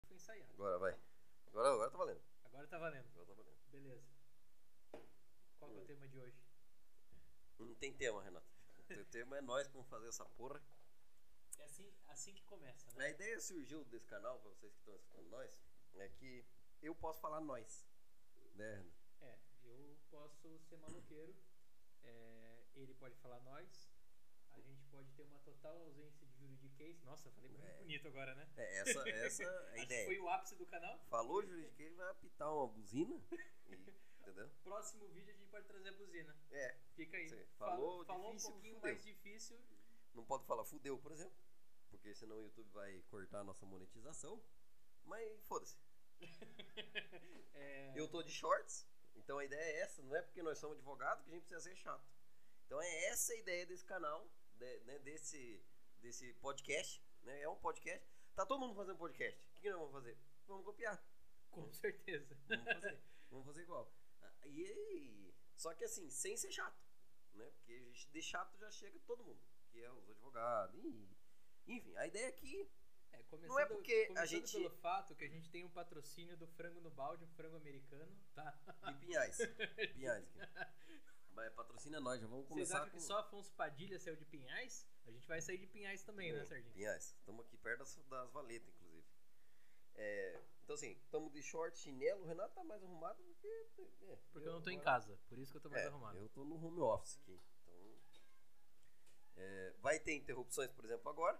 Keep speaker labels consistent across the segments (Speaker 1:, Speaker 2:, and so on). Speaker 1: tá
Speaker 2: tá é de hoje?
Speaker 1: Não tem tema, Renato. O teu tema é nós que vamos fazer essa porra.
Speaker 2: É assim, assim que começa,
Speaker 1: A
Speaker 2: né?
Speaker 1: ideia surgiu desse canal, pra vocês que estão escutando nós, é que eu posso falar nós. Né, Renato?
Speaker 2: É, eu posso ser maloqueiro, é, ele pode falar nós, a gente pode ter uma total ausência de juridiquês. Nossa, eu falei muito
Speaker 1: É.
Speaker 2: bonito agora, né?
Speaker 1: É, essa, essa
Speaker 2: Acho
Speaker 1: é a
Speaker 2: que
Speaker 1: ideia.
Speaker 2: foi o ápice do canal.
Speaker 1: Falou, juridiquei, vai apitar uma buzina. e- entendeu?
Speaker 2: Próximo vídeo a gente pode trazer a buzina.
Speaker 1: É,
Speaker 2: Fica aí.
Speaker 1: Sim,
Speaker 2: Fa-
Speaker 1: falou
Speaker 2: falou
Speaker 1: difícil,
Speaker 2: um pouquinho
Speaker 1: fudeu.
Speaker 2: mais difícil.
Speaker 1: não pode falar fudeu, por exemplo, porque senão o YouTube vai cortar a nossa monetização. Mas foda-se.
Speaker 2: É,
Speaker 1: Eu tô de shorts, então a ideia é essa, não é porque nós somos advogados que a gente precisa ser chato. Então é essa a ideia desse canal, de- né, desse, desse podcast, né? É um podcast. Tá todo mundo fazendo podcast. O que que nós vamos fazer? Vamos copiar.
Speaker 2: Com certeza.
Speaker 1: Vamos fazer. vamos fazer igual. Ah, E, e- só que assim, sem ser chato, né? Porque a gente de chato já chega todo mundo, que é os advogados. e- enfim, a ideia aqui
Speaker 2: É, começando,
Speaker 1: Não é porque a
Speaker 2: começando
Speaker 1: gente-
Speaker 2: pelo fato que a gente tem um patrocínio do frango no balde, um frango americano, tá?
Speaker 1: de Pinhais. Pinhais. cara. Mas patrocina nós, já vamos
Speaker 2: Vocês
Speaker 1: começar
Speaker 2: acham
Speaker 1: com...
Speaker 2: que só Afonso Padilha saiu de Pinhais? A gente vai sair de Pinhais também, né, Serginho?
Speaker 1: Pinhais, estamos aqui perto das, das valetas, inclusive. É, então assim, estamos de short, chinelo, o Renato tá mais arrumado porque... é,
Speaker 2: Porque eu não tô em
Speaker 1: agora-
Speaker 2: casa, por isso que eu tô mais
Speaker 1: é,
Speaker 2: arrumado.
Speaker 1: Eu tô no home office aqui, então... é, vai ter interrupções, por exemplo, agora.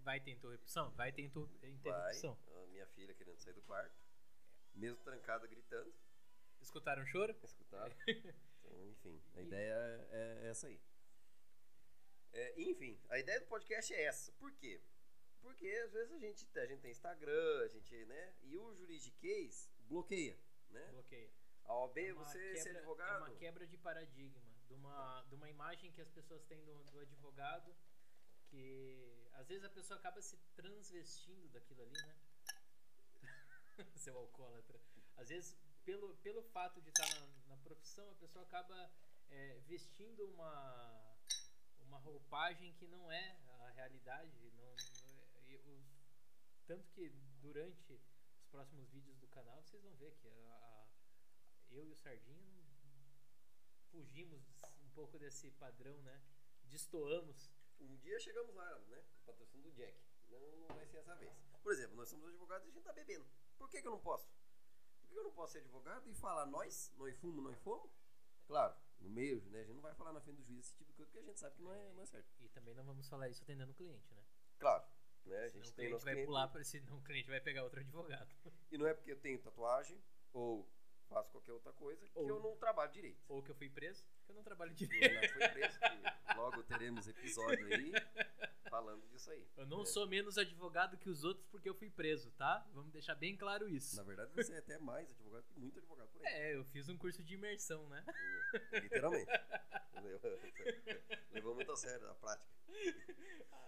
Speaker 2: Vai ter interrupção? Vai ter inter-
Speaker 1: Vai,
Speaker 2: interrupção.
Speaker 1: a minha filha querendo sair do quarto. Mesmo trancada, gritando.
Speaker 2: Escutaram o choro?
Speaker 1: Escutaram? Então, enfim, a ideia é é essa aí. É, enfim, a ideia do podcast é essa. Por quê? Porque às vezes a gente, a gente tem Instagram, a gente, né? E o juridiquês bloqueia, né?
Speaker 2: Bloqueia.
Speaker 1: A OAB,
Speaker 2: É uma
Speaker 1: você ser
Speaker 2: quebra- É
Speaker 1: advogado.
Speaker 2: uma quebra de paradigma, de uma, de uma imagem que as pessoas têm do, do advogado, que às vezes a pessoa acaba se transvestindo daquilo ali, né? Seu alcoólatra. Às vezes, pelo, pelo fato de estar na, na profissão, a pessoa acaba é, vestindo uma, uma roupagem que não é a realidade. Não, não é- e o- tanto que durante os próximos vídeos do canal, vocês vão ver que a- a- eu e o Sardinha não- fugimos um pouco desse padrão, né? Destoamos.
Speaker 1: Um dia chegamos lá, né? O patrocínio do Jack. Não, não vai ser essa vez. Por exemplo, nós somos advogados e a gente tá bebendo. Por que, que eu não posso? Por que que eu não posso ser advogado e falar nós, nós fumo, nós fomos? Claro, no meio, né? A gente não vai falar na frente do juiz esse tipo de coisa, porque a gente sabe que não é, não é certo.
Speaker 2: E também não vamos falar isso atendendo o cliente, né?
Speaker 1: Claro. Né? A
Speaker 2: senão
Speaker 1: gente
Speaker 2: o
Speaker 1: tem
Speaker 2: cliente
Speaker 1: nosso
Speaker 2: vai
Speaker 1: cliente.
Speaker 2: pular para senão o cliente vai pegar outro advogado.
Speaker 1: E não é porque eu tenho tatuagem ou faço qualquer outra coisa
Speaker 2: Ou-
Speaker 1: que eu não trabalho direito.
Speaker 2: Ou que eu fui preso, que eu não trabalho
Speaker 1: E o
Speaker 2: direito.
Speaker 1: Renato foi preso, que logo teremos episódio aí falando disso aí. É,
Speaker 2: Eu não sou menos advogado que os outros porque eu fui preso, tá? Vamos deixar bem claro
Speaker 1: Na
Speaker 2: isso.
Speaker 1: verdade, você é até mais advogado que muito advogado por aí.
Speaker 2: É, eu fiz um curso de imersão, né?
Speaker 1: Literalmente. Entendeu? Levou muito a sério a prática.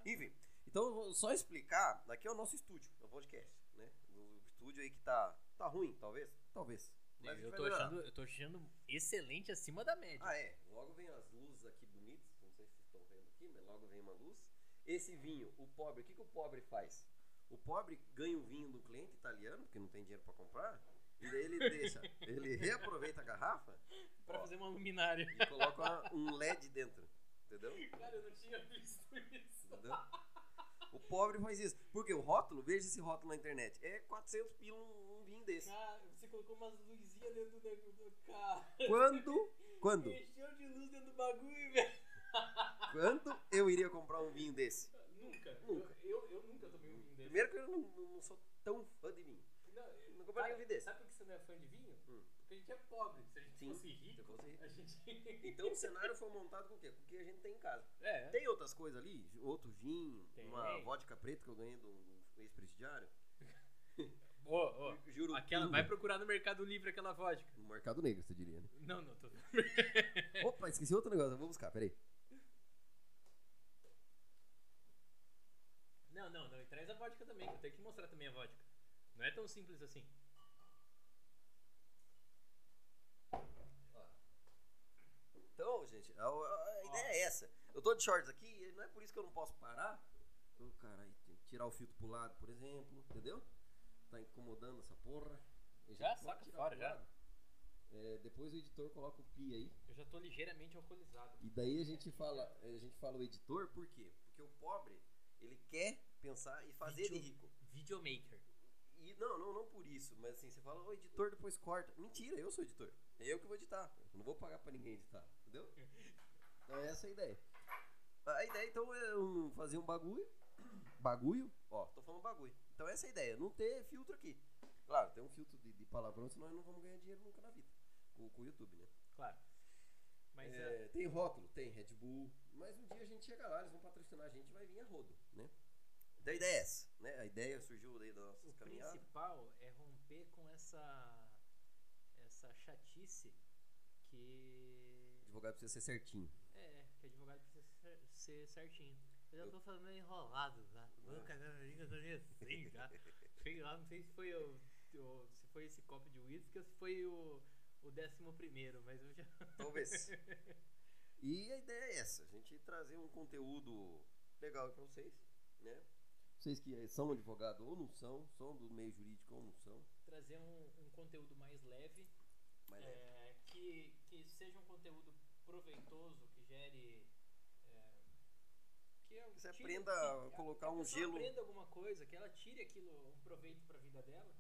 Speaker 1: Enfim, então eu vou só explicar. Aqui é o nosso estúdio, é o podcast, né? O estúdio aí que tá, tá ruim, talvez. Talvez. Mas a gente
Speaker 2: eu,
Speaker 1: vai
Speaker 2: tô
Speaker 1: melhorar.
Speaker 2: achando, eu tô achando excelente acima da média.
Speaker 1: Ah, é. Logo vem as luzes aqui bonitas. Não sei se vocês estão vendo aqui, mas logo vem uma luz. Esse vinho, o pobre, o que, que o pobre faz? O pobre ganha o vinho do cliente italiano, porque não tem dinheiro pra comprar, e daí ele deixa, ele reaproveita a garrafa
Speaker 2: Pra
Speaker 1: ó,
Speaker 2: fazer uma luminária.
Speaker 1: e coloca uma- um LED dentro. Entendeu?
Speaker 2: Cara, eu não tinha visto isso.
Speaker 1: Entendeu? O pobre faz isso. Porque o rótulo, veja esse rótulo na internet, é 400 pila um, um vinho desse.
Speaker 2: Cara, Ah, você colocou umas luzinhas dentro do negócio do carro.
Speaker 1: Quando, quando,
Speaker 2: Encheu de luz dentro do bagulho, velho.
Speaker 1: quando eu iria comprar um vinho desse?
Speaker 2: Nunca.
Speaker 1: Nunca.
Speaker 2: Eu, eu, eu nunca tomei um vinho desse.
Speaker 1: Primeiro que eu não, não sou tão fã de vinho.
Speaker 2: Não, eu-
Speaker 1: Não comprei
Speaker 2: sabe-
Speaker 1: um vinho desse.
Speaker 2: Sabe por que você não é fã de vinho?
Speaker 1: Hum.
Speaker 2: Porque a gente é pobre. Se a gente
Speaker 1: Sim.
Speaker 2: fosse rico,
Speaker 1: Eu vou ser-
Speaker 2: a gente...
Speaker 1: Então o cenário foi montado com o quê? Com o que a gente tem em casa.
Speaker 2: É.
Speaker 1: Tem outras coisas ali? Outro vinho,
Speaker 2: Tem.
Speaker 1: uma vodka preta que eu ganhei de um ex-presidiário.
Speaker 2: Ô, ô.
Speaker 1: Juro.
Speaker 2: Aquela, vai procurar no Mercado Livre aquela vodka.
Speaker 1: No mercado negro, você diria, né?
Speaker 2: Não, não, tô...
Speaker 1: Opa, esqueci outro negócio, eu vou buscar, peraí.
Speaker 2: Não, não, não. E traz a vodka também, que eu tenho que mostrar também a vodka. Não é tão simples assim.
Speaker 1: Então, gente, a, a- a ideia é essa. Eu tô de shorts aqui, e não é por isso que eu não posso parar. Ô, caralho, tem que tirar o filtro pro lado, por exemplo, entendeu? Tá incomodando essa porra.
Speaker 2: Já? Saca fora, já.
Speaker 3: É, depois o editor coloca o pi aí.
Speaker 2: Eu já tô ligeiramente alcoolizado.
Speaker 3: E daí a gente fala, a gente fala o editor.
Speaker 1: Por, por quê? Porque o pobre, ele quer pensar e fazer de
Speaker 2: Vídeo.
Speaker 1: rico.
Speaker 2: Videomaker.
Speaker 1: E, não, não, não por isso, mas assim, você fala, o editor depois corta. Mentira, eu sou editor. É eu que vou editar. Eu não vou pagar pra ninguém editar, entendeu?
Speaker 3: Então é essa a ideia.
Speaker 1: A ideia, então, é um- fazer um bagulho. Bagulho? Ó, tô falando bagulho. Então essa é a ideia, não ter filtro aqui. Claro, tem um filtro de, de palavrão, senão nós não vamos ganhar dinheiro nunca na vida. Com, com o YouTube, né?
Speaker 2: Claro. Mas é,
Speaker 1: É, Tem rótulo, tem Red Bull. Mas um dia a gente chega lá, eles vão patrocinar a gente e vai vir a rodo, né? Então a ideia é essa, né? A ideia surgiu daí das
Speaker 2: o
Speaker 1: nossas caminhadas.
Speaker 2: principal é romper com essa essa chatice que
Speaker 1: Advogado precisa ser certinho.
Speaker 2: é que advogado precisa ser, ser certinho. Eu já tô falando meio enrolado, tá? Mano, cagando a língua, eu tô meio assim, tá? Sei lá, não sei se foi o, o- se foi esse copo de uísque ou se foi o, o décimo primeiro, mas eu já
Speaker 1: Talvez. e a ideia é essa, a gente trazer um conteúdo legal para vocês, né? Vocês que são advogado ou não são, são do meio jurídico ou não são.
Speaker 2: trazer um, um conteúdo mais leve
Speaker 1: Mas é,
Speaker 2: é, que, que seja um conteúdo proveitoso, que gere. É, que eu
Speaker 1: Você
Speaker 2: tire-
Speaker 1: aprenda
Speaker 2: que
Speaker 1: a colocar
Speaker 2: que
Speaker 1: um
Speaker 2: pessoa
Speaker 1: gelo.
Speaker 2: aprenda alguma coisa, que ela tire aquilo, um proveito para a vida dela,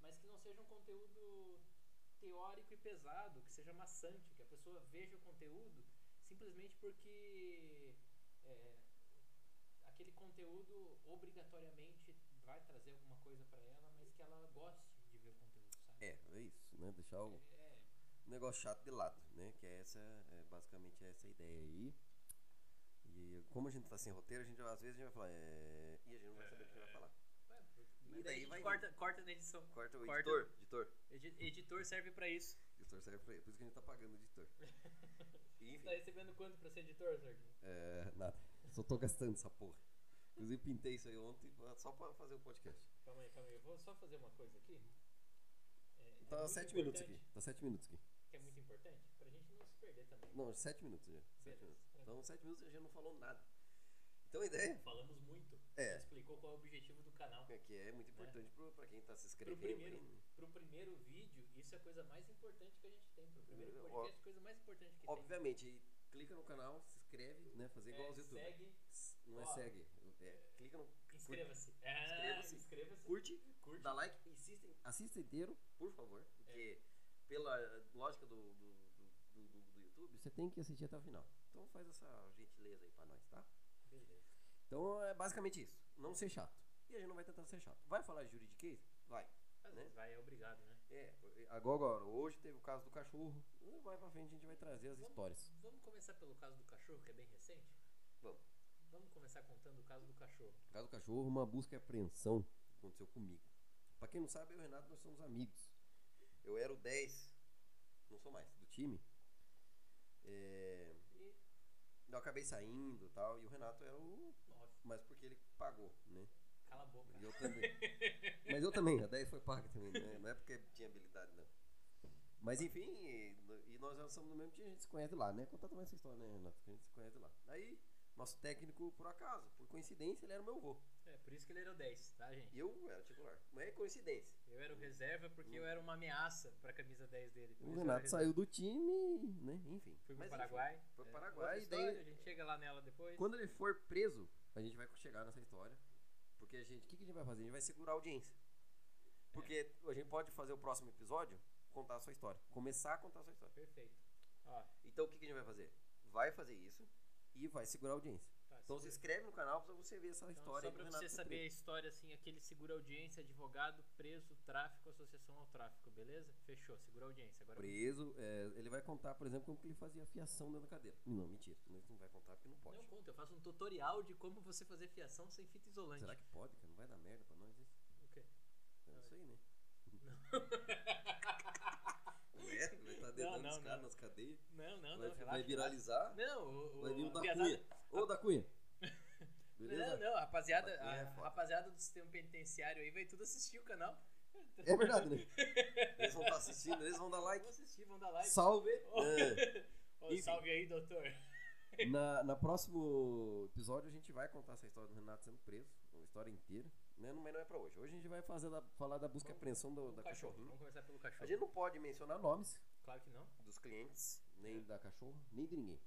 Speaker 2: mas que não seja um conteúdo teórico e pesado, que seja maçante, que a pessoa veja o conteúdo simplesmente porque é, aquele conteúdo obrigatoriamente vai trazer alguma coisa para ela, mas que ela goste de ver o conteúdo, sabe?
Speaker 1: é, é isso, né? Deixar o
Speaker 2: É,
Speaker 1: negócio chato de lado, né? Que é essa, é basicamente essa a ideia aí. E como a gente tá sem roteiro, a gente às vezes a gente vai falar, é... e a gente não vai saber o que vai falar.
Speaker 2: Mas
Speaker 1: E daí
Speaker 2: a gente
Speaker 1: vai
Speaker 2: corta, corta na edição.
Speaker 1: Corta o
Speaker 2: É. Corta.
Speaker 1: editor, editor.
Speaker 2: Edi- Editor serve pra isso.
Speaker 1: Editor serve pra ele, por isso que a gente tá pagando o editor. E,
Speaker 2: Você
Speaker 1: Enfim.
Speaker 2: tá recebendo quanto pra ser editor, Sérgio?
Speaker 1: É, nada. Só tô gastando essa porra. Inclusive pintei isso aí ontem pra- só pra fazer o podcast.
Speaker 2: Calma aí, calma aí. Eu vou só fazer uma coisa aqui. É, é
Speaker 1: Tá
Speaker 2: muito
Speaker 1: sete minutos aqui.
Speaker 2: importante,
Speaker 1: Tá sete minutos aqui.
Speaker 2: Que é muito importante. Pra gente não se perder também.
Speaker 1: Não, sete minutos já.
Speaker 2: Beleza,
Speaker 1: Sete minutos.
Speaker 2: tranquilo.
Speaker 1: Então, sete minutos a gente não falou nada. Então a ideia
Speaker 2: Falamos muito.
Speaker 1: É.
Speaker 2: Já Explicou qual é o objetivo do canal.
Speaker 1: é que é muito importante pro, pra quem tá se
Speaker 2: Pro
Speaker 1: inscrevendo.
Speaker 2: primeiro,
Speaker 1: aí, né?
Speaker 2: pro primeiro vídeo, isso é a coisa mais importante que a gente tem. Pro primeiro
Speaker 1: Ó,
Speaker 2: podcast, a coisa mais importante que
Speaker 1: Obviamente, aí clica no canal, se inscreve, né? Fazer
Speaker 2: tem.
Speaker 1: igual
Speaker 2: É,
Speaker 1: aos YouTube.
Speaker 2: segue,
Speaker 1: Não é
Speaker 2: Ó.
Speaker 1: segue. É, clica no.
Speaker 2: inscreva-se. Ah,
Speaker 1: Inscreva-se.
Speaker 2: Inscreva-se.
Speaker 1: Curte,
Speaker 2: Curte.
Speaker 1: dá like e assiste, assista inteiro, por favor. Porque pela lógica do, do, do, do- do YouTube, você tem que assistir até o final. Então faz essa gentileza aí pra nós, tá?
Speaker 2: Beleza.
Speaker 1: Então é basicamente isso. Não ser chato. E a gente não vai tentar ser chato. Vai falar de juridiquês? Vai.
Speaker 2: Às vezes vai, é obrigado, né?
Speaker 1: É, agora, agora, hoje teve o caso do cachorro. Vai pra frente, a gente vai trazer as
Speaker 2: Vamos-
Speaker 1: histórias.
Speaker 2: Vamos começar pelo caso do cachorro, que é bem recente?
Speaker 1: Vamos.
Speaker 2: Vamos começar contando o caso do cachorro.
Speaker 1: No caso do cachorro, uma busca e apreensão aconteceu comigo. Pra quem não sabe, eu e o Renato nós somos amigos. Eu era o 10, não sou mais, do time. É,
Speaker 2: E
Speaker 1: eu acabei saindo e tal, e o Renato era o.
Speaker 2: nove.
Speaker 1: Mas porque ele pagou, né?
Speaker 2: Cala a boca.
Speaker 1: E eu também. Mas eu também, a 10 foi paga também, né? Não é porque tinha habilidade, não. Mas enfim, e, e nós já somos no mesmo time, a gente se conhece lá, né? Conta também essa história, né, Renato? Que a gente se conhece lá. Aí, nosso técnico, por acaso, por coincidência, ele era o meu avô.
Speaker 2: É por isso que ele era o 10, tá, gente?
Speaker 1: E eu era titular. Mas é coincidência.
Speaker 2: Eu era o reserva porque eu era uma ameaça pra camisa 10 dele. Por
Speaker 1: O
Speaker 2: isso eu era
Speaker 1: Renato
Speaker 2: reserva.
Speaker 1: saiu do time, né? Enfim.
Speaker 2: Fui pro
Speaker 1: Mas,
Speaker 2: Paraguai.
Speaker 1: foi pro
Speaker 2: É,
Speaker 1: Paraguai,
Speaker 2: outra
Speaker 1: e daí-
Speaker 2: história, A gente chega lá nela depois.
Speaker 1: enfim, quando ele for preso, a gente vai chegar nessa história. Porque a gente, o que, que a gente vai fazer? A gente vai segurar a audiência. Porque
Speaker 2: É.
Speaker 1: a gente pode fazer o próximo episódio contar a sua história. Começar a contar a sua história.
Speaker 2: Perfeito. Ó,
Speaker 1: Então o que, que a gente vai fazer? Vai fazer isso e vai segurar a audiência.
Speaker 2: tá,
Speaker 1: Então se
Speaker 2: segura.
Speaker 1: inscreve no canal pra você ver essa
Speaker 2: Então,
Speaker 1: história.
Speaker 2: Só
Speaker 1: aí
Speaker 2: pra
Speaker 1: do
Speaker 2: você
Speaker 1: Renato
Speaker 2: saber a
Speaker 1: Preto.
Speaker 2: história, assim, aquele segura audiência, advogado, preso, tráfico, associação ao tráfico, beleza? Fechou, segura audiência. Agora
Speaker 1: Preso, é, ele vai contar, por exemplo, como que ele fazia fiação dentro da cadeira. Não, mentira. Ele não vai contar porque não pode.
Speaker 2: Não conta, eu faço um tutorial de como você fazer fiação sem fita isolante.
Speaker 1: Será que pode? cara? Não vai dar merda pra nós isso?
Speaker 2: O quê?
Speaker 1: Eu não
Speaker 2: Não.
Speaker 1: sei, né? Ué, é? vai estar dedando
Speaker 2: não,
Speaker 1: os caras
Speaker 2: não.
Speaker 1: nas cadeias.
Speaker 2: Não, não,
Speaker 1: vai,
Speaker 2: não,
Speaker 1: vai
Speaker 2: relaxa.
Speaker 1: viralizar.
Speaker 2: Não, o, o,
Speaker 1: Vai vir o
Speaker 2: a
Speaker 1: da
Speaker 2: piazada-
Speaker 1: Cunha. Ô, da Cunha. Beleza?
Speaker 2: Não, não, a rapaziada,
Speaker 1: Da Cunha é
Speaker 2: a
Speaker 1: foda.
Speaker 2: rapaziada do sistema penitenciário aí vai tudo assistir o canal.
Speaker 1: É verdade, né? Eles vão estar assistindo, eles vão dar like.
Speaker 2: Vão assistir, vão dar like.
Speaker 1: Salve!
Speaker 2: Ô,
Speaker 1: É,
Speaker 2: ô,
Speaker 1: Enfim.
Speaker 2: salve aí, doutor.
Speaker 1: É, na, na próximo episódio a gente vai contar essa história do Renato sendo preso, uma história inteira. Né? Não, mas não é pra hoje. Hoje a gente vai fazer da- falar da busca e apreensão do, da
Speaker 2: cachorro.
Speaker 1: cachorrinha.
Speaker 2: Vamos começar pelo
Speaker 1: A
Speaker 2: cachorro.
Speaker 1: gente não pode mencionar nomes,
Speaker 2: Claro que não.
Speaker 1: dos clientes,
Speaker 3: Nem
Speaker 2: É.
Speaker 1: nem
Speaker 3: da cachorra, nem de ninguém.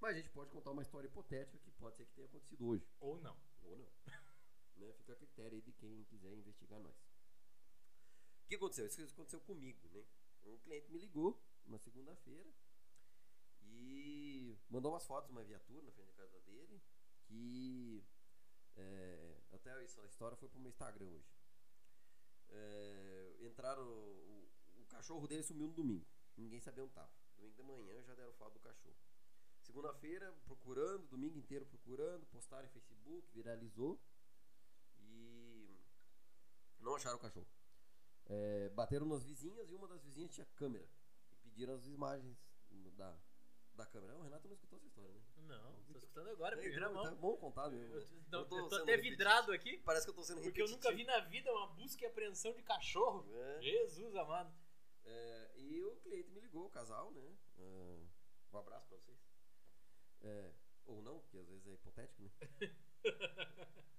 Speaker 3: Mas a gente pode contar uma história hipotética que pode ser que tenha acontecido hoje.
Speaker 2: Ou não.
Speaker 3: Ou não. né? Fica a critério aí de quem quiser investigar nós.
Speaker 1: O que aconteceu? Isso aconteceu comigo, né? Um cliente me ligou na segunda-feira e mandou umas fotos de uma viatura na frente da casa dele que é, até isso, a história foi pro meu Instagram hoje. É, entraram o, o cachorro dele sumiu no domingo. Ninguém sabia onde tava. Domingo da manhã já deram foto do cachorro. Segunda-feira procurando, domingo inteiro procurando, postaram em Facebook, viralizou e não acharam o cachorro. É, bateram nas vizinhas e uma das vizinhas tinha câmera. E pediram as imagens da, da câmera. O Renato não escutou essa história, né?
Speaker 2: Não, tô escutando agora,
Speaker 1: Ei,
Speaker 2: primeira
Speaker 1: não,
Speaker 2: mão.
Speaker 1: Tá bom contar mesmo.
Speaker 2: Eu,
Speaker 1: né?
Speaker 2: tô- não,
Speaker 1: Eu tô
Speaker 2: eu tô
Speaker 1: sendo
Speaker 2: até
Speaker 1: repetitivo.
Speaker 2: vidrado aqui,
Speaker 1: Parece que eu tô sendo
Speaker 2: porque eu nunca vi
Speaker 1: repetitivo.
Speaker 2: na vida uma busca e apreensão de cachorro.
Speaker 1: É.
Speaker 2: Jesus amado.
Speaker 1: É, e o cliente me ligou, o casal, né? Ah, um abraço pra vocês. É, ou não, porque às vezes é hipotético, né?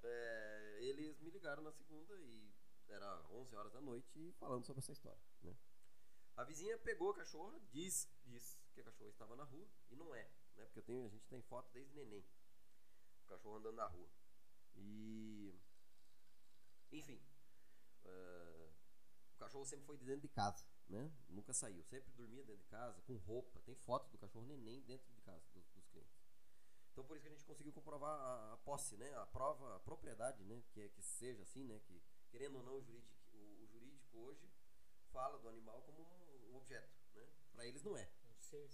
Speaker 1: É, eles me ligaram na segunda e era 11 horas da noite e
Speaker 3: Falando sobre essa história. Né?
Speaker 1: A vizinha pegou a cachorra, diz, diz que a cachorra estava na rua e não é, né? Porque eu tenho, a gente tem foto desde neném. O cachorro andando na rua. E enfim, eh, o cachorro sempre foi de dentro de casa, né? Nunca saiu, sempre dormia dentro de casa com roupa. Tem foto do cachorro neném dentro de casa dos, dos clientes. Então por isso que a gente conseguiu comprovar a, a posse, né? A prova, a propriedade, né? Que é que seja assim, né? Que querendo ou não o jurídico, o- o jurídico hoje fala do animal como um um objeto, né? Para eles não é.
Speaker 2: Um ser.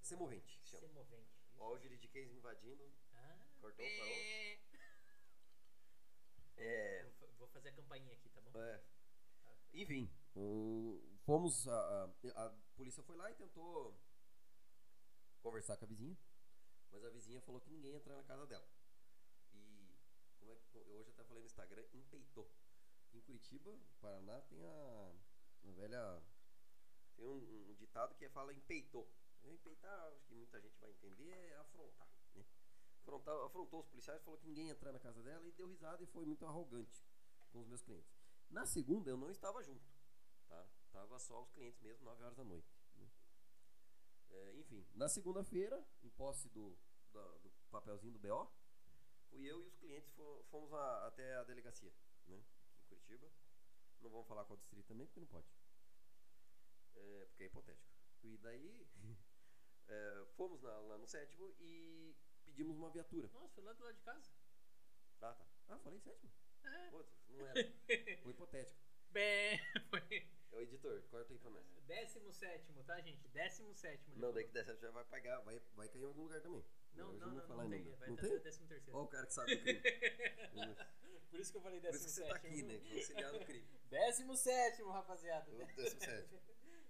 Speaker 1: Semovente, que chama.
Speaker 2: Semovente.
Speaker 1: Ó, o juridiquês invadindo,
Speaker 2: Ah.
Speaker 1: cortou, parou.
Speaker 2: É.
Speaker 1: É,
Speaker 2: Vou fa- Vou fazer a campainha aqui, tá bom?
Speaker 1: é. Enfim, o- fomos. A, a- a polícia foi lá e tentou conversar com a vizinha, mas a vizinha falou que ninguém ia entrar na casa dela. E como é que, eu hoje até falei no Instagram, empeitou. Em Curitiba, no Paraná, tem a, uma velha. Tem um, um ditado que fala empeitou. Empeitar, acho que muita gente vai entender, é afrontar. Né? Afrontar- afrontou os policiais, falou que ninguém ia entrar na casa dela e deu risada e foi muito arrogante com os meus clientes. Na segunda eu não estava junto, tá? Tava só os clientes mesmo, 9 horas da noite. né? É, enfim, na segunda-feira, em posse do, da- do papelzinho do BO, fui eu e os clientes fo- fomos a- até a delegacia, né? Aqui em Curitiba. Não vamos falar qual distrito também, porque não pode. É, porque é hipotético. E daí é, fomos na- lá no sétimo e pedimos uma viatura.
Speaker 2: Nossa, foi lá do lado de casa.
Speaker 1: Ah, tá. Ah, falei sétimo?
Speaker 2: É.
Speaker 1: Putz, não era. Foi hipotético.
Speaker 2: Bem, foi.
Speaker 1: É o editor, corta aí pra nós.
Speaker 2: Décimo sétimo, tá, gente? Décimo sétimo.
Speaker 1: É. Não, daí que der certo já vai pagar, vai, vai cair em algum lugar também.
Speaker 2: Não,
Speaker 1: Hoje
Speaker 2: não, não,
Speaker 1: eu vou
Speaker 2: não,
Speaker 1: falar
Speaker 2: tem.
Speaker 1: ainda.
Speaker 2: Vai
Speaker 1: Não
Speaker 2: até
Speaker 1: tem?
Speaker 2: o décimo terceiro.
Speaker 1: Olha o cara que sabe do crime.
Speaker 2: Por isso que eu falei
Speaker 1: Por
Speaker 2: décimo
Speaker 1: isso que você tá aqui,
Speaker 2: sétimo.
Speaker 1: né? Que você olhar no crime.
Speaker 2: Décimo sétimo, rapaziada.
Speaker 1: Eu dou esse sucesso.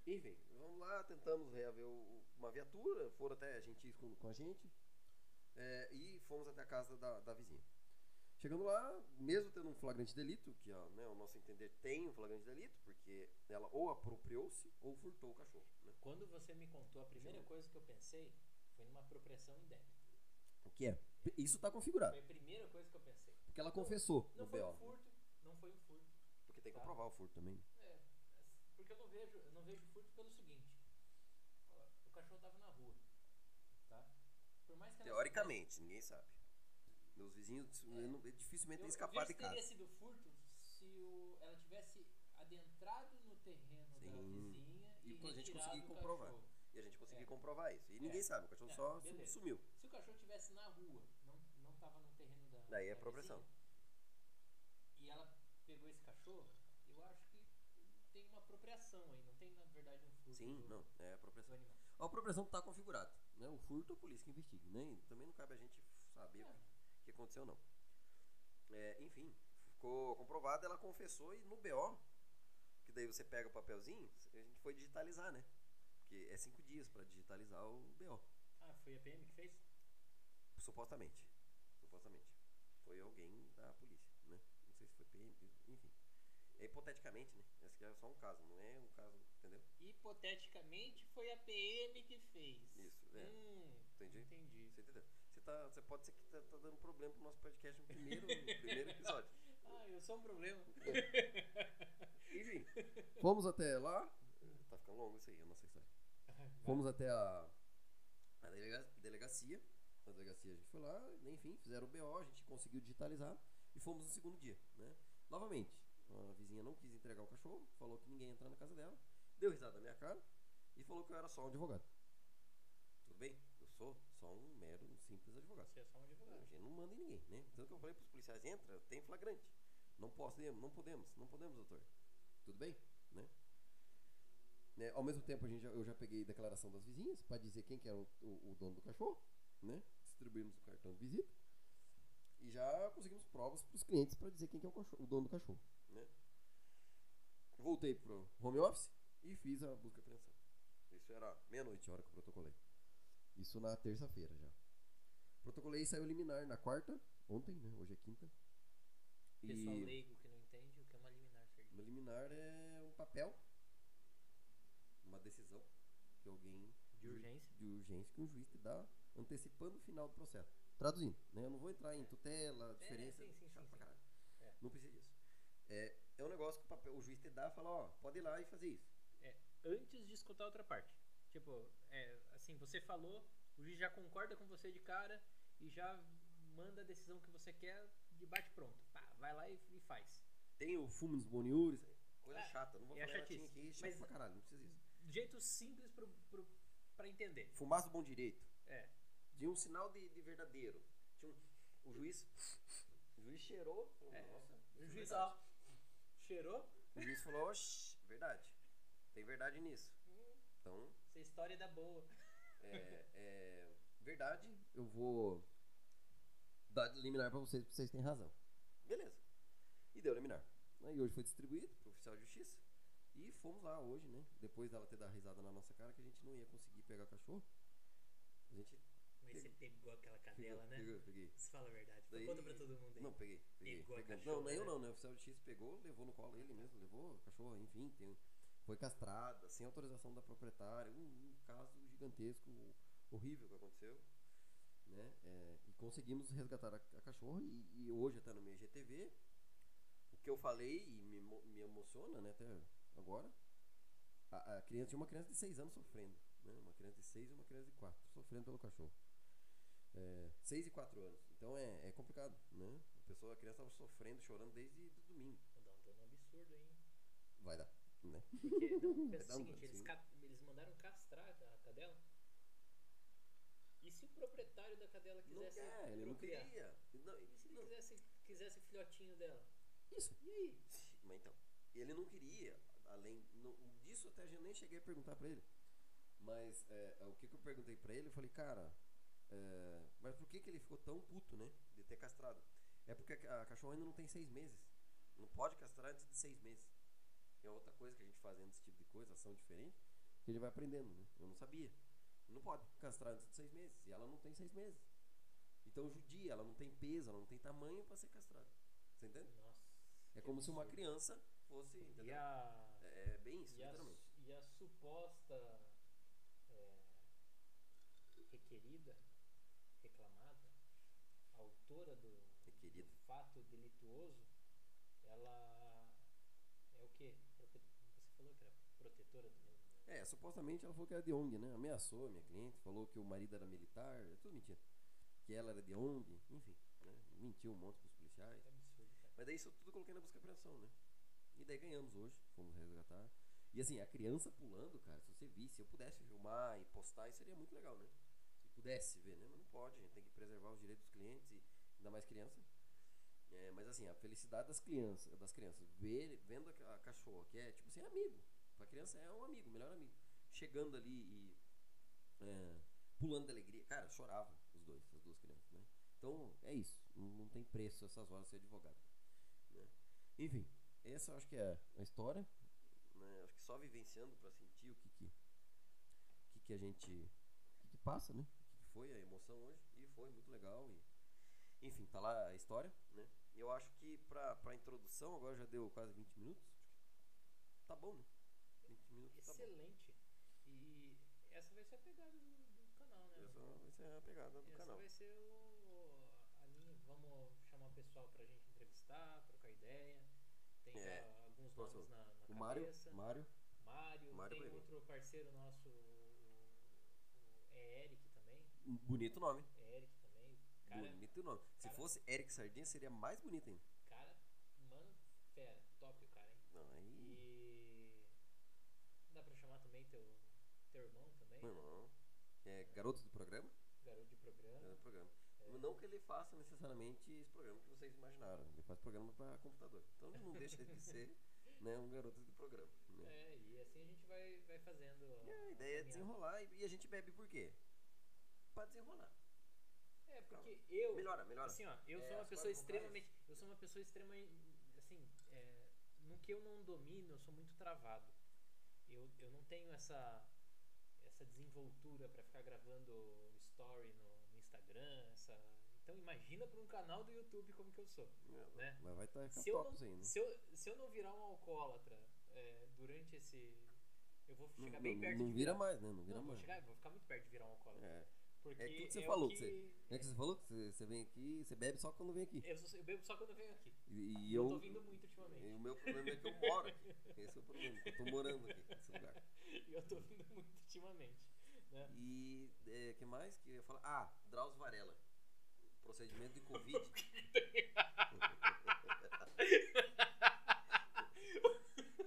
Speaker 1: Enfim, vamos lá, tentamos reaver o- o- uma viatura, foram até gentis com, com a gente é, e fomos até a casa da, da vizinha. Chegando lá, mesmo tendo um flagrante delito, que ó, né, ao nosso entender tem um flagrante delito, porque ela ou apropriou-se ou furtou o cachorro. Né?
Speaker 2: Quando você me contou, a primeira coisa que eu pensei foi numa apropriação em débito.
Speaker 1: O que é? Isso tá
Speaker 2: Foi
Speaker 1: configurado,
Speaker 2: a primeira coisa que eu pensei.
Speaker 1: porque ela confessou
Speaker 2: Não foi um furto, não foi um furto.
Speaker 1: Porque tem que
Speaker 2: Tá.
Speaker 1: comprovar o furto também. né?
Speaker 2: É, porque eu não vejo, eu não vejo furto pelo seguinte. ó, O cachorro tava na rua, tá? Por mais que ela-
Speaker 1: Teoricamente, ninguém sabe. Meus vizinhos eu não-
Speaker 2: eu,
Speaker 1: dificilmente
Speaker 2: É. eu
Speaker 1: iam escapar de
Speaker 2: vejo que
Speaker 1: casa.
Speaker 2: teria sido furto se o, ela tivesse adentrado no terreno da
Speaker 1: Sim.
Speaker 2: vizinha
Speaker 1: E
Speaker 2: e,
Speaker 1: a gente
Speaker 2: retirado
Speaker 1: conseguir
Speaker 2: o
Speaker 1: comprovar.
Speaker 2: cachorro.
Speaker 1: E a gente conseguiu
Speaker 2: É.
Speaker 1: comprovar isso. E ninguém
Speaker 2: É.
Speaker 1: sabe, o cachorro
Speaker 2: É,
Speaker 1: só su-
Speaker 2: beleza.
Speaker 1: sumiu.
Speaker 2: Se o cachorro estivesse na rua, não, não tava no terreno da.
Speaker 1: Daí é
Speaker 2: da
Speaker 1: apropriação.
Speaker 2: vizinha, E ela pegou esse cachorro, eu acho que tem uma apropriação aí, não tem na verdade um furto
Speaker 1: Sim,
Speaker 2: do,
Speaker 1: não, é
Speaker 2: do
Speaker 1: apropriação.
Speaker 2: animal.
Speaker 1: A apropriação tá configurada, né? O furto a polícia que investigue, né? E também não cabe a gente saber
Speaker 2: É.
Speaker 1: o que aconteceu, não. É, enfim, ficou comprovado, ela confessou e no BO, que daí você pega o papelzinho, a gente foi digitalizar, né? Porque é cinco dias para digitalizar o BO.
Speaker 2: Ah, foi a PM que fez?
Speaker 1: Supostamente. Supostamente. Foi alguém da polícia, né? Não sei se foi PM, enfim. É hipoteticamente, né? Esse aqui é só um caso, não é um caso, entendeu?
Speaker 2: Hipoteticamente foi a PM que fez.
Speaker 1: Isso, é.
Speaker 2: Hum,
Speaker 1: Entendi.
Speaker 2: Entendi.
Speaker 1: Você entendeu? Você, tá, você pode ser que tá, tá dando problema pro nosso podcast no primeiro, no primeiro episódio.
Speaker 2: Ah, eu sou um problema.
Speaker 1: Enfim,
Speaker 3: Fomos até lá.
Speaker 1: tá ficando tão longo isso aí, a nossa história.
Speaker 3: Fomos até a,
Speaker 1: A delega- delegacia,
Speaker 3: a delegacia.
Speaker 1: a gente foi lá, enfim, fizeram o BO, a gente conseguiu digitalizar e fomos no segundo dia, né? Novamente, a vizinha não quis entregar o cachorro, falou que ninguém ia entrar na casa dela, deu risada na minha cara e falou que eu era só um advogado. Tudo bem, eu sou só um mero, um simples advogado.
Speaker 2: Você é só um
Speaker 3: Ah,
Speaker 1: A
Speaker 2: advogado.
Speaker 1: gente não manda em ninguém, né? Tanto que eu falei pros policiais, entra, tem flagrante. Não podemos, não podemos, não podemos, doutor. Tudo bem, né?
Speaker 3: Né, ao mesmo tempo, a gente já- eu já peguei declaração das vizinhas pra dizer quem que era o, o- o dono do cachorro, né? Distribuímos o cartão de visita e já conseguimos provas pros clientes pra dizer quem que é o, cachorro- o dono do cachorro.
Speaker 1: Né?
Speaker 3: Voltei pro home office e fiz a busca e apreensão.
Speaker 1: Isso era meia-noite, a hora que eu protocolei.
Speaker 3: Isso na terça-feira já. Protocolei e saiu liminar na quarta, ontem, né? Hoje é quinta.
Speaker 2: Pessoal
Speaker 3: E
Speaker 2: leigo que não entende o que é uma liminar, Serginho.
Speaker 3: uma liminar é um papel
Speaker 1: Uma decisão
Speaker 3: que alguém
Speaker 2: De urgência.
Speaker 3: de urgência que um juiz te dá antecipando o final do processo. Traduzindo, né? Eu não vou entrar em tutela, diferença,
Speaker 2: É, sim, sim,
Speaker 3: chato
Speaker 2: sim,
Speaker 3: pra
Speaker 2: sim.
Speaker 3: caralho.
Speaker 2: É.
Speaker 3: Não precisa disso.
Speaker 1: É, é um negócio que o, papel- o juiz te dá e fala, ó, pode ir lá e fazer isso.
Speaker 2: Antes de escutar a outra parte. Tipo, é, assim, você falou, o juiz já concorda com você de cara e já manda a decisão que você quer de bate pronto. Pá, vai lá e, e faz.
Speaker 3: Tem o fumus boniuris,
Speaker 1: Coisa
Speaker 2: É,
Speaker 1: chata, não vou
Speaker 2: é
Speaker 1: falar latim
Speaker 2: chatice.
Speaker 1: aqui, chato
Speaker 2: Mas-
Speaker 1: pra caralho, não precisa disso.
Speaker 2: Jeito simples pro, pro, pra entender.
Speaker 1: Fumaça do bom direito.
Speaker 2: É.
Speaker 1: De um sinal de, de verdadeiro. Tinha um- o juiz... O juiz cheirou. falou,
Speaker 2: É.
Speaker 1: Nossa,
Speaker 2: O
Speaker 1: isso é
Speaker 2: juiz,
Speaker 1: verdade.
Speaker 2: ó, cheirou.
Speaker 1: O juiz falou, oxi, verdade. Tem verdade nisso. Então,
Speaker 2: Essa história é da boa.
Speaker 1: é, é verdade,
Speaker 3: eu vou dar liminar pra vocês, porque vocês têm razão.
Speaker 1: beleza. E deu liminar
Speaker 3: E hoje foi distribuído.
Speaker 1: pro oficial de justiça. E fomos lá hoje, né?
Speaker 3: Depois dela ter dado risada na nossa cara que a gente não ia conseguir pegar cachorro.
Speaker 1: A gente
Speaker 2: Mas você pegou aquela cadela, né?
Speaker 1: pegou, peguei.
Speaker 2: Você fala a verdade.
Speaker 1: Daí-
Speaker 2: Conta pra todo mundo aí.
Speaker 1: Não, peguei. peguei
Speaker 2: Pegou a
Speaker 1: pegamos.
Speaker 2: cachorra,
Speaker 1: não, nem eu
Speaker 2: né?
Speaker 1: não, né? O oficial de justiça pegou, levou no colo ele mesmo, levou o cachorro, enfim, tem, um,
Speaker 3: Foi castrada, sem autorização da proprietária. Um, um caso gigantesco,
Speaker 1: horrível o que aconteceu.
Speaker 3: né? É, e conseguimos resgatar a, a cachorra e, e
Speaker 1: E
Speaker 3: hoje
Speaker 1: hoje tá no meu IGTV. O que eu falei e me, emo- me emociona, né? Até agora.
Speaker 3: A, a criança tinha uma criança de 6 anos sofrendo. Né? Uma criança de 6 e uma criança de 4 sofrendo pelo cachorro.
Speaker 1: 6 e 4 anos. Então é, é complicado, né? A pessoa, a criança tava sofrendo, chorando desde o domingo.
Speaker 2: Vou dar um dano absurdo, hein?
Speaker 3: Vai dar. Né?
Speaker 2: Porque, não, pensa
Speaker 3: Dá
Speaker 2: o
Speaker 3: um
Speaker 2: seguinte, eles,
Speaker 3: assim.
Speaker 2: ca- eles mandaram castrar a cadela. E se o proprietário da cadela
Speaker 1: Não
Speaker 2: quisesse
Speaker 1: quer, ele não
Speaker 2: procriar?
Speaker 1: queria. Não,
Speaker 2: E se ele
Speaker 1: não.
Speaker 2: quisesse, quisesse o filhotinho dela?
Speaker 3: Isso.
Speaker 2: E aí?
Speaker 1: Mas então, ele não queria. Além não- disso, até já nem cheguei a perguntar pra ele. Mas é, o que, que eu perguntei pra ele, eu falei, cara, é, mas por que, que ele ficou tão puto, né? De ter castrado? É porque a, a cachorra ainda não tem seis meses. Não pode castrar antes de seis meses. É outra coisa que a gente fazendo esse tipo de coisa, ação diferente,
Speaker 3: Que ele vai aprendendo, né?
Speaker 1: eu não sabia. Não pode castrar antes de seis meses. E ela não tem seis meses. Então judia, ela não tem peso, ela não tem tamanho pra ser castrada. Você entende?
Speaker 2: Nossa.
Speaker 1: É como se uma criança fosse.
Speaker 2: E
Speaker 1: entendeu?
Speaker 2: a,
Speaker 1: É bem isso,
Speaker 2: e a,
Speaker 1: literalmente.
Speaker 2: e a suposta é, requerida, reclamada, autora do,
Speaker 3: É
Speaker 1: Requerida.
Speaker 2: do fato delituoso, ela é o quê? Prote- Você falou que era protetora do mesmo.
Speaker 3: É, supostamente ela falou que era de ONG, né? Ameaçou a minha cliente, falou que o marido era militar, é tudo mentira. Que ela era de ONG, enfim, né? Mentiu um monte pros policiais.
Speaker 2: É absurdo, cara.
Speaker 1: Mas daí isso tudo eu coloquei na busca e apreensão, né?
Speaker 3: E daí ganhamos hoje, fomos resgatar. E assim, a criança pulando, cara, se você visse, se eu pudesse filmar e postar, isso seria muito legal, né?
Speaker 1: Se pudesse ver, né? Mas não pode, a gente tem que preservar os direitos dos clientes e ainda mais criança. É, mas assim, a felicidade das crianças, das crianças, ver, vendo a, ca- a cachorra, que é tipo assim, amigo. Pra criança é um amigo, o melhor amigo. Chegando ali e é, pulando de alegria. Cara, chorava os dois, as duas crianças, né?
Speaker 3: Então, é isso. Não, não tem preço essas horas de ser advogado. né? Enfim, essa eu acho que é a história.
Speaker 1: Né, Acho que só vivenciando pra sentir o que, que,
Speaker 3: O que, que a gente. O que, que passa, né?
Speaker 1: que foi a emoção hoje. E foi muito legal. E, enfim, tá lá a história, né? E eu acho que pra, pra introdução, agora já deu quase 20 minutos. Tá bom, né? 20 minutos tá bom.
Speaker 2: Excelente. E essa vai ser a pegada do, do canal, né?
Speaker 1: Essa vai ser a pegada do
Speaker 2: Essa
Speaker 1: canal.
Speaker 2: vai ser o, a linha. Vamos chamar o pessoal pra gente entrevistar, trocar ideia. Tem
Speaker 1: É.
Speaker 2: ah, alguns
Speaker 1: Nossa,
Speaker 2: nomes na, na
Speaker 3: O Mário.
Speaker 2: cabeça.
Speaker 3: Mário.
Speaker 2: Mário,
Speaker 1: Mário
Speaker 2: tem
Speaker 1: Boemi.
Speaker 2: outro parceiro nosso, o- o- é Eric também.
Speaker 1: Um Bonito nome.
Speaker 2: É Eric também. Cara,
Speaker 1: bonito nome. Se
Speaker 2: cara-
Speaker 1: fosse Eric Sardinha, seria mais bonito ainda.
Speaker 2: cara, mano, fera, top o cara, hein?
Speaker 1: Não, aí.
Speaker 2: E dá pra chamar também teu, teu irmão também,
Speaker 1: Meu irmão. É garoto do programa?
Speaker 2: garoto de
Speaker 1: Garoto
Speaker 2: programa.
Speaker 1: do programa.
Speaker 2: É.
Speaker 1: Não que ele faça necessariamente esse programa que vocês imaginaram. Ele faz programa para computador. Então não deixa de ser né, um garoto do programa. né?
Speaker 2: É, e assim a gente vai, vai fazendo.
Speaker 1: E a
Speaker 2: a
Speaker 1: ideia é
Speaker 2: caminhada.
Speaker 1: desenrolar e, e a gente bebe por quê? Pra desenrolar.
Speaker 2: É, porque eu.
Speaker 1: Melhora, melhora.
Speaker 2: Assim, ó, eu
Speaker 1: É,
Speaker 2: sou uma
Speaker 1: as
Speaker 2: pessoa
Speaker 1: coisas vão mais-
Speaker 2: extremamente. Eu sou uma pessoa extremamente. Assim, é, no que eu não domino, eu sou muito travado. Eu, eu não tenho essa essa desenvoltura pra ficar gravando story no, no Instagram. Essa, então imagina pra um canal do YouTube como que eu sou, né?
Speaker 3: Mas vai
Speaker 1: tá
Speaker 3: estar
Speaker 2: Se eu,
Speaker 3: captopos
Speaker 2: não,
Speaker 1: Uhum. né?
Speaker 3: ainda.
Speaker 2: se, eu, se eu não virar um alcoólatra é, durante esse. Eu vou
Speaker 1: Não,
Speaker 2: chegar
Speaker 1: não-
Speaker 2: bem perto
Speaker 3: Não
Speaker 2: de
Speaker 3: vira
Speaker 2: virar-
Speaker 3: mais, né? Não vira
Speaker 2: Não, vou,
Speaker 3: mais.
Speaker 2: chegar, vou ficar muito perto de virar um alcoólatra.
Speaker 1: É.
Speaker 2: Porque
Speaker 1: aquilo que você
Speaker 2: é o
Speaker 1: falou,
Speaker 2: que-
Speaker 1: você- É que você falou que você, você vem aqui, você bebe só quando vem aqui.
Speaker 2: Eu, só- eu bebo só quando eu venho aqui.
Speaker 1: E, e
Speaker 2: Eu
Speaker 1: eu.
Speaker 2: tô vindo muito ultimamente.
Speaker 1: e o meu problema é que eu moro aqui. Esse é o problema. que Eu tô morando aqui nesse lugar.
Speaker 2: E eu tô vindo muito ultimamente.
Speaker 1: E é, que mais que eu ia falar? Ah, Drauzio Varela. Procedimento de Covid.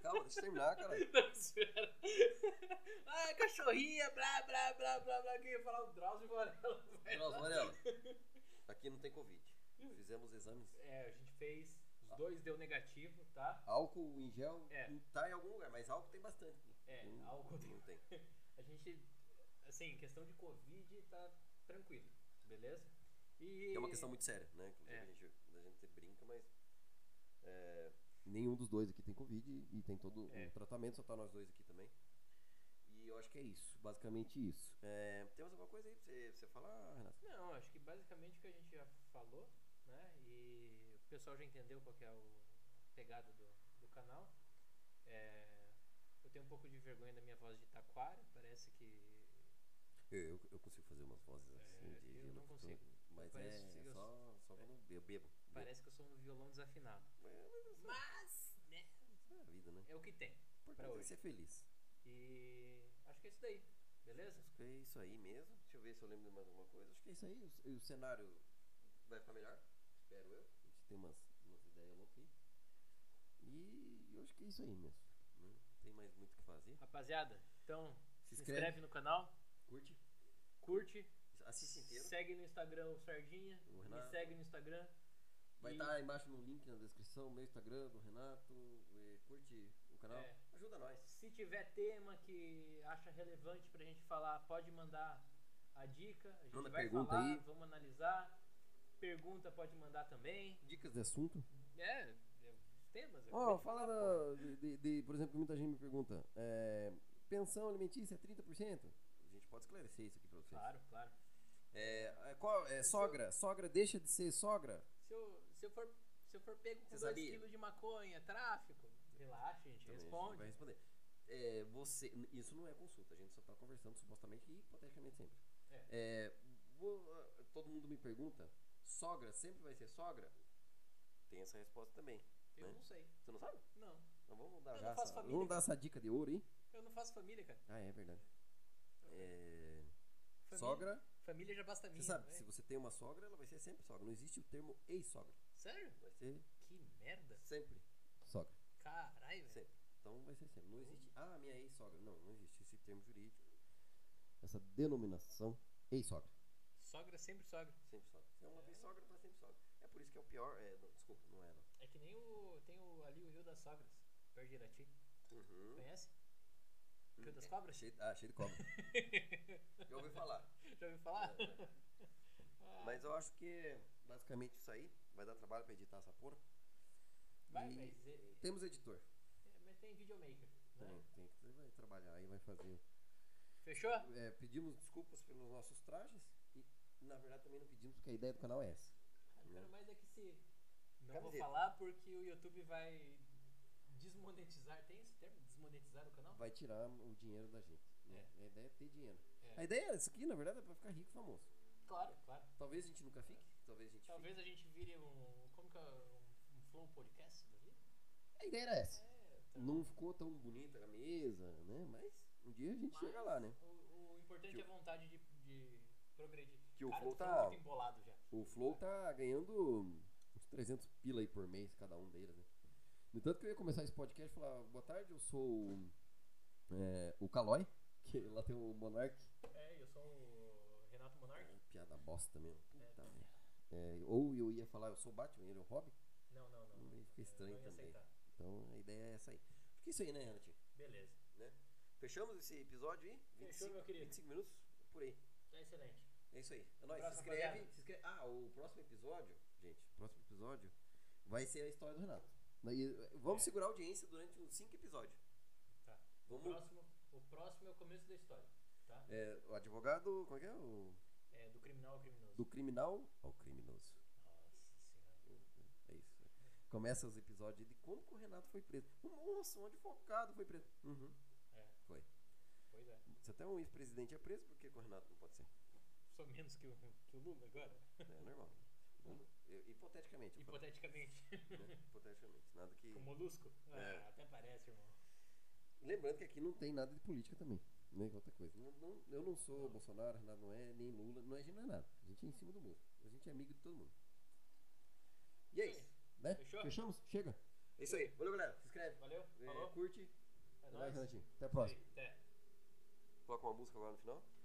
Speaker 1: Calma, deixa eu terminar, cara.
Speaker 2: Não, espera. ah, cachorrinha, blá, blá, blá, blá, blá. Quem ia falar o Drauzio Varela? vai lá.
Speaker 1: Drauzio Varela.
Speaker 2: assim.
Speaker 1: Aqui não tem Covid. Fizemos exames.
Speaker 2: É, a gente fez. Os dois deu negativo, tá?
Speaker 1: Álcool em gel
Speaker 2: É.
Speaker 1: tá em algum lugar, mas álcool tem bastante. aqui.
Speaker 2: É,
Speaker 1: Não-
Speaker 2: álcool tem.
Speaker 1: não tem.
Speaker 2: A gente, assim, questão de Covid tá tranquilo, beleza? E.
Speaker 1: É uma questão muito séria, né? Inclusive,
Speaker 2: É.
Speaker 1: a, gente, a gente brinca, mas é,
Speaker 3: Nenhum dos dois aqui tem Covid e tem todo
Speaker 2: É.
Speaker 3: o tratamento, só tá nós
Speaker 1: nós dois aqui também. E eu acho que é isso.
Speaker 3: basicamente isso.
Speaker 1: É, temos alguma coisa aí pra você, pra você falar, Renato?
Speaker 2: Não, acho que basicamente o que a gente já falou, né? E o pessoal já entendeu qual que é o a pegada do, do canal. É, eu tenho um pouco de vergonha da minha voz de taquara, parece que.
Speaker 1: Eu, eu, eu consigo fazer umas vozes assim.
Speaker 2: É,
Speaker 1: de-
Speaker 2: eu não consigo.
Speaker 1: Mas
Speaker 2: Parece
Speaker 1: é,
Speaker 2: que eu-
Speaker 1: só, só quando eu bebo.
Speaker 2: Parece que eu sou um violão desafinado. Mas, né?
Speaker 1: É a vida, né?
Speaker 2: É o que tem.
Speaker 1: Porque
Speaker 2: Pra
Speaker 1: tem que
Speaker 2: hoje.
Speaker 1: ser feliz.
Speaker 2: E acho que é isso daí, beleza?
Speaker 1: Acho que é isso aí mesmo. Deixa eu ver se eu lembro de mais alguma coisa. Acho que é isso aí. O, o cenário vai ficar melhor, espero eu. A gente tem umas, umas ideias loucas aí.
Speaker 3: E eu acho que é isso aí mesmo.
Speaker 1: né? Não tem mais muito o que fazer.
Speaker 2: Rapaziada, então se
Speaker 3: Se
Speaker 2: inscreve,
Speaker 3: inscreve,
Speaker 2: no canal,
Speaker 1: Curte.
Speaker 2: curte,
Speaker 1: Assiste inteiro.
Speaker 2: segue no Instagram o Sardinha,
Speaker 1: O
Speaker 2: me
Speaker 1: Renato.
Speaker 2: segue no Instagram.
Speaker 3: Vai
Speaker 2: e-
Speaker 3: estar
Speaker 1: tá
Speaker 3: aí embaixo no link na descrição, meu Instagram, do Renato.
Speaker 1: É,
Speaker 3: eh, curte o canal.
Speaker 2: É.
Speaker 1: Ajuda nós.
Speaker 2: Se tiver tema que acha relevante pra gente falar, pode mandar a dica. A gente
Speaker 1: Manda
Speaker 2: vai
Speaker 3: pergunta
Speaker 2: falar,
Speaker 3: aí.
Speaker 2: vamos analisar. Pergunta pode mandar também.
Speaker 3: Dicas de assunto.
Speaker 2: É, é, temas. é eu
Speaker 3: Ó,
Speaker 2: acabei de
Speaker 3: fala
Speaker 2: falar, pô.
Speaker 3: da- de, de- de- por exemplo, muita gente me pergunta, é, pensão alimentícia é 30%?
Speaker 1: A gente pode esclarecer isso aqui pra vocês.
Speaker 2: Claro, claro.
Speaker 3: É, é qual- é sogra, sogra deixa de ser sogra?
Speaker 2: Se eu, se eu, for, se eu for pego com
Speaker 1: Você
Speaker 2: 2
Speaker 1: sabia?
Speaker 2: quilos de maconha, tráfico, relaxa, a gente
Speaker 1: Também a gente
Speaker 2: responde.
Speaker 1: Vai responder. É, você, n- isso não é consulta, a gente só está conversando supostamente e hipoteticamente sempre.
Speaker 2: É.
Speaker 1: É, vou- ah, todo mundo me pergunta: sogra sempre vai ser sogra? Tem essa resposta também.
Speaker 2: Eu
Speaker 1: né?
Speaker 2: não sei.
Speaker 1: Você não sabe?
Speaker 2: Não.
Speaker 1: Então vamos dar
Speaker 2: Eu
Speaker 1: já
Speaker 2: não faço
Speaker 1: essa-
Speaker 2: família.
Speaker 3: Vamos dar essa dica de ouro aí?
Speaker 2: Eu não faço família, cara.
Speaker 3: Ah, é verdade.
Speaker 1: É,
Speaker 2: Família,
Speaker 3: Sogra,
Speaker 2: família já basta minha.
Speaker 1: você sabe,
Speaker 2: né?
Speaker 1: se você tem uma sogra, ela vai ser sempre sogra. Não existe o termo ex-sogra.
Speaker 2: Sério?
Speaker 1: Vai ser
Speaker 2: Que merda.
Speaker 1: sempre.
Speaker 3: sogra.
Speaker 2: Caralho, velho.
Speaker 1: Sempre. Então vai ser sempre. Não existe. Ah, minha ex-sogra. Não, não existe esse termo jurídico.
Speaker 3: Essa denominação, ei sogra.
Speaker 2: Sogra sempre sogra.
Speaker 1: Sempre sogra. Se é uma
Speaker 2: É.
Speaker 1: vez sogra, tá sempre sogra. É por isso que é o pior. É, não, desculpa, não é ela.
Speaker 2: É que nem o. Tem o, ali o Rio das Sogras, perto de Irati.
Speaker 1: Uhum.
Speaker 2: Conhece?
Speaker 1: Hum,
Speaker 2: Rio das
Speaker 1: é.
Speaker 2: Cobras?
Speaker 1: Cheio, ah, cheio de cobra. Já ouvi falar.
Speaker 2: Já ouviu falar?
Speaker 1: É, é. Mas eu acho que é basicamente isso aí. Vai dar trabalho pra editar essa porra.
Speaker 2: Vai,
Speaker 1: e-
Speaker 2: mas, é- é-
Speaker 1: Temos editor.
Speaker 2: mas tem videomaker. Né?
Speaker 1: Tem, tem que vai trabalhar aí, vai fazer.
Speaker 2: Fechou?
Speaker 1: É, pedimos desculpas pelos nossos trajes e, na verdade, também não pedimos.
Speaker 3: Porque a ideia do canal é essa.
Speaker 2: Eu quero mais é que se. Não vou
Speaker 1: Camiseta.
Speaker 2: falar porque o YouTube vai desmonetizar. Tem esse termo? Desmonetizar o canal?
Speaker 3: Vai tirar o dinheiro da gente. né? A ideia é ter dinheiro.
Speaker 2: É.
Speaker 3: A ideia é isso aqui, na verdade, é pra ficar rico e famoso.
Speaker 2: Claro, é claro.
Speaker 1: Talvez a gente nunca fique, talvez a gente
Speaker 2: Talvez a gente vire um. Como que é? Um, um Flow Podcast da vida?
Speaker 3: A ideia era essa.
Speaker 2: É,
Speaker 1: Não ficou tão bonita a mesa, né? Mas um dia a gente
Speaker 2: Mas
Speaker 1: chega lá, né?
Speaker 2: O, o importante
Speaker 1: Tio.
Speaker 2: é a vontade de, de progredir.
Speaker 1: Tio,
Speaker 2: Cara, eu tô
Speaker 1: volta-
Speaker 2: muito embolado já.
Speaker 1: O Flow tá ganhando uns 300 pila aí por mês, cada um deles, né? No tanto que eu ia começar esse podcast e falar, boa tarde, eu sou é, o Calói, que lá tem o Monark.
Speaker 2: É, eu sou o Renato Monarque?
Speaker 1: Piada bosta mesmo. Puta merda. É, ou eu ia falar, eu sou o Batman, ele é o Robin.
Speaker 2: Não, não, não.
Speaker 1: Hum, fica
Speaker 2: É,
Speaker 1: estranho
Speaker 2: não ia
Speaker 1: também.
Speaker 2: aceitar.
Speaker 1: Então a ideia é essa aí. Acho que é isso aí, né, Renatinho?
Speaker 2: Beleza.
Speaker 4: Fechamos esse episódio aí?
Speaker 2: Fechou,
Speaker 4: 25,
Speaker 2: meu querido.
Speaker 4: 25 minutos? Por aí.
Speaker 2: Tá excelente.
Speaker 4: É isso aí. É nóis.
Speaker 2: abraço,
Speaker 4: Se inscreve,
Speaker 2: rapaziada.
Speaker 4: se inscreve. Ah, o próximo episódio, gente, o próximo episódio
Speaker 1: Vai ser a história do Renato. E
Speaker 4: Vamos
Speaker 2: É.
Speaker 4: segurar a audiência durante uns 5 episódios.
Speaker 2: Tá. O
Speaker 4: Vamos.
Speaker 2: próximo, o próximo é o começo da história, tá?
Speaker 1: é, o advogado, como é que é? O,
Speaker 2: É, do criminal ao criminoso.
Speaker 1: do criminal ao criminoso.
Speaker 2: Nossa
Speaker 1: É isso. Começa os episódios de como que o Renato foi preso. Nossa, um advogado foi preso. Uhum.
Speaker 2: senhora. Pois é.
Speaker 1: Se até um ex-presidente é preso, por que que o Renato não pode ser?
Speaker 2: Sou menos que o, que o Lula agora?
Speaker 1: É normal. Eu- Hipoteticamente. eu falo,
Speaker 2: Hipoteticamente.
Speaker 1: né? Hipoteticamente. Nada que.
Speaker 2: Com o molusco? Ah,
Speaker 1: É.
Speaker 2: até parece, irmão.
Speaker 1: Lembrando que aqui não tem nada de política também. Né? Outra coisa. Não- não- eu não sou Bolsonaro, Renato não é, nem Lula. Não é, a gente não é nada. A gente é em cima do muro. A gente é amigo de todo mundo.
Speaker 4: E é isso.
Speaker 1: Né?
Speaker 2: Fechou?
Speaker 1: Fechamos? Chega.
Speaker 4: É isso aí. Valeu, galera. Se inscreve.
Speaker 2: Valeu?
Speaker 4: É,
Speaker 2: Falou?
Speaker 4: curte.
Speaker 2: É
Speaker 1: Vai,
Speaker 2: nóis?
Speaker 1: Renatinho. Até a próxima.
Speaker 2: Até.
Speaker 4: Coloca uma música agora no final.